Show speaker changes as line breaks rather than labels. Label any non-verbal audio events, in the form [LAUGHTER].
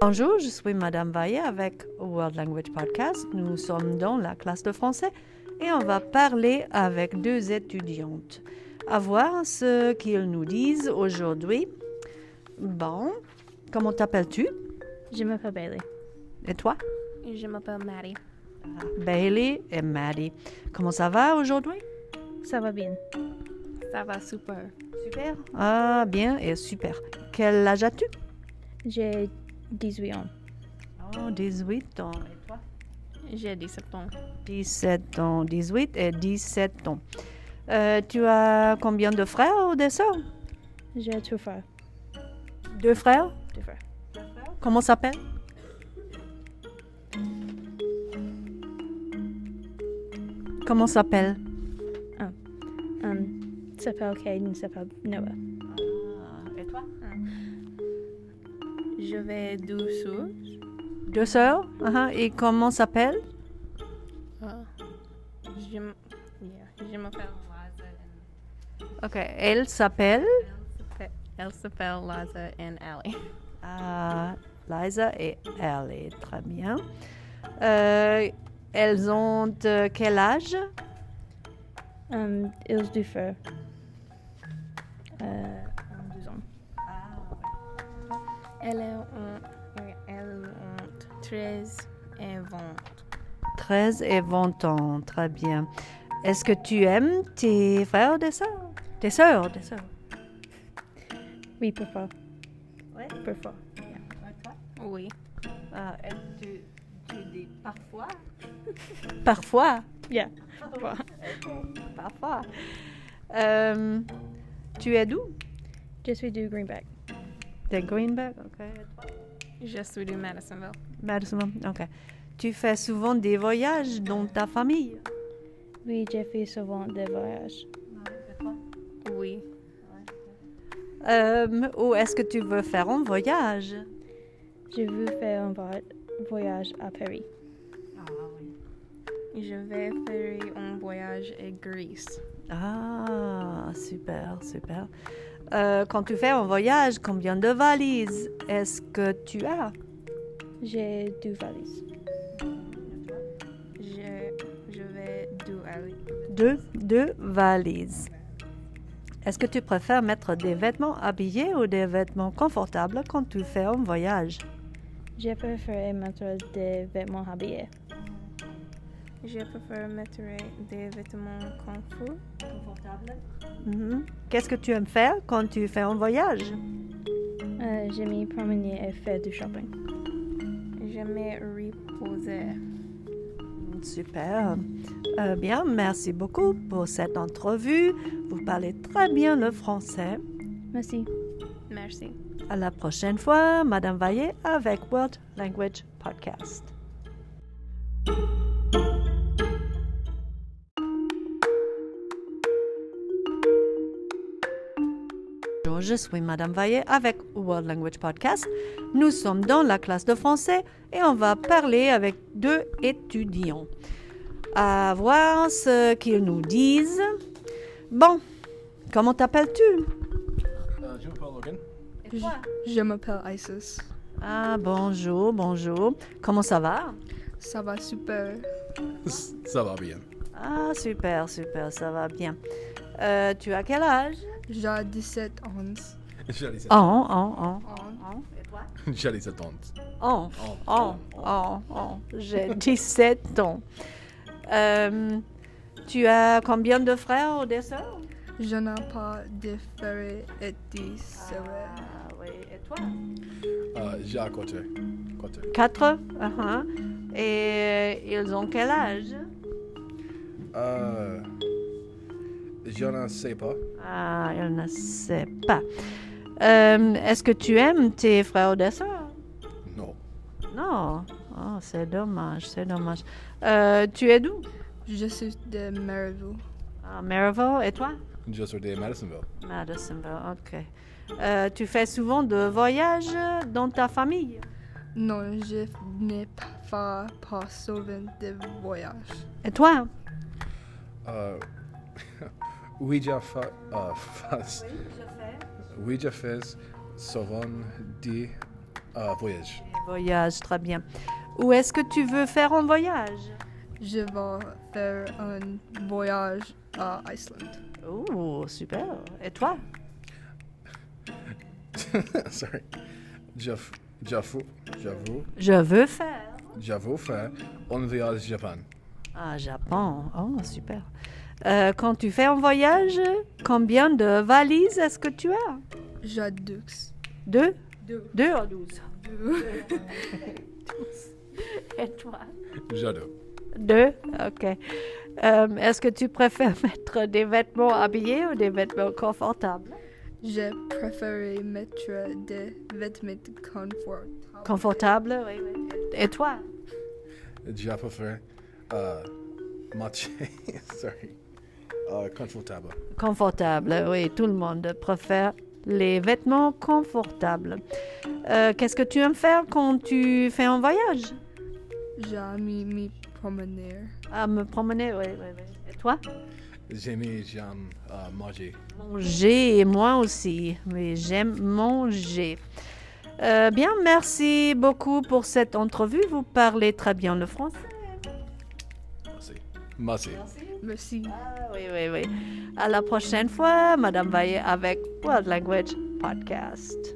Bonjour, je suis Madame Vaillet avec World Language Podcast. Nous sommes dans la classe de français et on va parler avec deux étudiantes. À voir ce qu'ils nous disent aujourd'hui. Bon, comment t'appelles-tu
Je m'appelle Bailey.
Et toi
Et je m'appelle Maddie.
Bailey et Maddie. Comment ça va aujourd'hui
Ça va bien. Ça va super.
Super. Ah, bien et super. Quel âge as-tu
J'ai 18 ans.
Oh, 18 ans. Et toi
J'ai 17 ans.
17 ans, 18 et 17 ans. Euh, tu as combien de frères ou de sœurs
J'ai deux frères.
Deux frères.
Deux frères.
Comment s'appelle Comment s'appelle
Un s'appelle Caden, s'appelle Noah.
Euh, Et toi
Je vais deux sous.
Deux sœurs. uh-huh, Et comment s'appelle
Je, m- yeah, je m'appelle Laza.
Ok. Elle s'appelle
and- Elle s'appelle Laza and Allie.
Ah, Liza et Ellie. Très bien. Euh, elles ont euh, quel âge
Um, ils deux frères. Euh, en deux ans.
Ah.
Elles ont, elles ont 13 et 20.
13 et 20 ans. Très bien. Est-ce que tu aimes tes frères et sœurs Tes sœurs, tes sœurs.
Oui, parfois.
Ouais.
Parfois. Oui.
Ah, et tu, tu dis parfois [LAUGHS] Parfois
Yeah.
Parfois. Euh, tu es d'où
Je suis du Greenback.
De Greenberg, ok.
Je suis du Madisonville.
Madison, ok. Tu fais souvent des voyages dans ta famille
Oui, j'ai fait souvent des voyages. Oui.
Euh, Ou est-ce que tu veux faire un voyage
Je veux faire un vo- voyage à Paris.
Ah, Je vais faire un voyage à Grèce.
Ah, super, super. Euh, quand tu fais un voyage, combien de valises est-ce que tu as
J'ai deux valises.
Je, je vais d'où aller.
Deux, deux valises. Est-ce que tu préfères mettre des vêtements habillés ou des vêtements confortables quand tu fais un voyage
Je préfère mettre des vêtements habillés.
Je préfère mettre des vêtements confort.
Mhm. Qu'est-ce que tu aimes faire quand tu fais un voyage
Euh, j'ai mis promener et faire du shopping.
Je me reposer.
Super. Euh, bien, merci beaucoup pour cette entrevue. Vous parlez très bien le français.
Merci.
Merci.
À la prochaine fois, Madame Vaillet avec World Language Podcast. Bonjour, je suis Madame Vaillet avec World Language Podcast. Nous sommes dans la classe de français et on va parler avec deux étudiants. À voir ce qu'ils nous disent. Bon, comment t'appelles-tu?
Euh, je m'appelle Logan.
Je m'appelle Isis.
Ah, bonjour, bonjour. Comment ça va?
Ça va super.
[LAUGHS] Ça va bien.
Ah, super, super, ça va bien. Euh, tu as quel âge?
J'ai 17 ans.
J'ai [LAUGHS] 17 ans.
Oh, oh, oh. Et toi?
J'ai 17 ans.
Oh,
Oh,
oh, oh, oh. J'ai 17 ans. Euh, tu as combien de frères ou de sœurs?
Je n'ai pas de frères et de sœurs.
Ah, oui. Et toi?
Euh, j'ai à côté. côté.
Quatre. uh-huh. Et ils ont quel âge?
Euh, je ne sais pas.
Ah, je ne sais pas. Euh, Est-ce que tu aimes tes frères ou des sœurs?
Non.
Non. Oh, c'est dommage, c'est dommage. Euh, tu es d'où?
Je suis de Maryville.
À Maryville. Et toi?
Je suis de Madisonville.
Madisonville, ok. Euh, tu fais souvent de voyages dans ta famille.
Non, je n'ai pas, pas souvent de voyage.
Et toi?
Euh, [LAUGHS] oui, j'ai fait. Euh, fait-
Je fais.
oui, j'ai fait souvent des Euh, voyage. [LAUGHS]
Voyage, très bien. Où est-ce que tu veux faire un voyage?
Je vais faire un voyage à Islande.
Oh, super. Et toi?
Sorry. J'avoue, j'avoue, j'avoue,
Je veux faire
j'avoue faire un voyage au Japon.
à Ah, Japon. Oh, super. Euh, quand tu fais un voyage, combien de valises est-ce que tu as?
J'adduxe.
Deux?
Deux.
Deux ou douze?
Deux.
Et toi?
J'adore.
Deux? OK. Euh, est-ce que tu préfères [LAUGHS] mettre des vêtements habillés ou des vêtements confortables?
J'ai préféré mettre des vêtements confortables.
Confortables, oui, oui. Et toi?
Je préfère euh, marcher. [LAUGHS] Sorry. Euh, confortable.
Confortable, oui, tout le monde préfère les vêtements confortables. Euh, Qu'est-ce que tu aimes faire quand tu fais un voyage
J'aime me promener.
À me promener, oui, oui, oui. Et toi
J'aime, j'aime euh, manger.
Manger, et moi aussi, mais j'aime manger. Euh, bien, merci beaucoup pour cette entrevue. Vous parlez très bien le français.
Merci. Merci.
Merci.
Ah, oui, oui, oui. À la prochaine fois, Madame Vaillet avec World Language Podcast.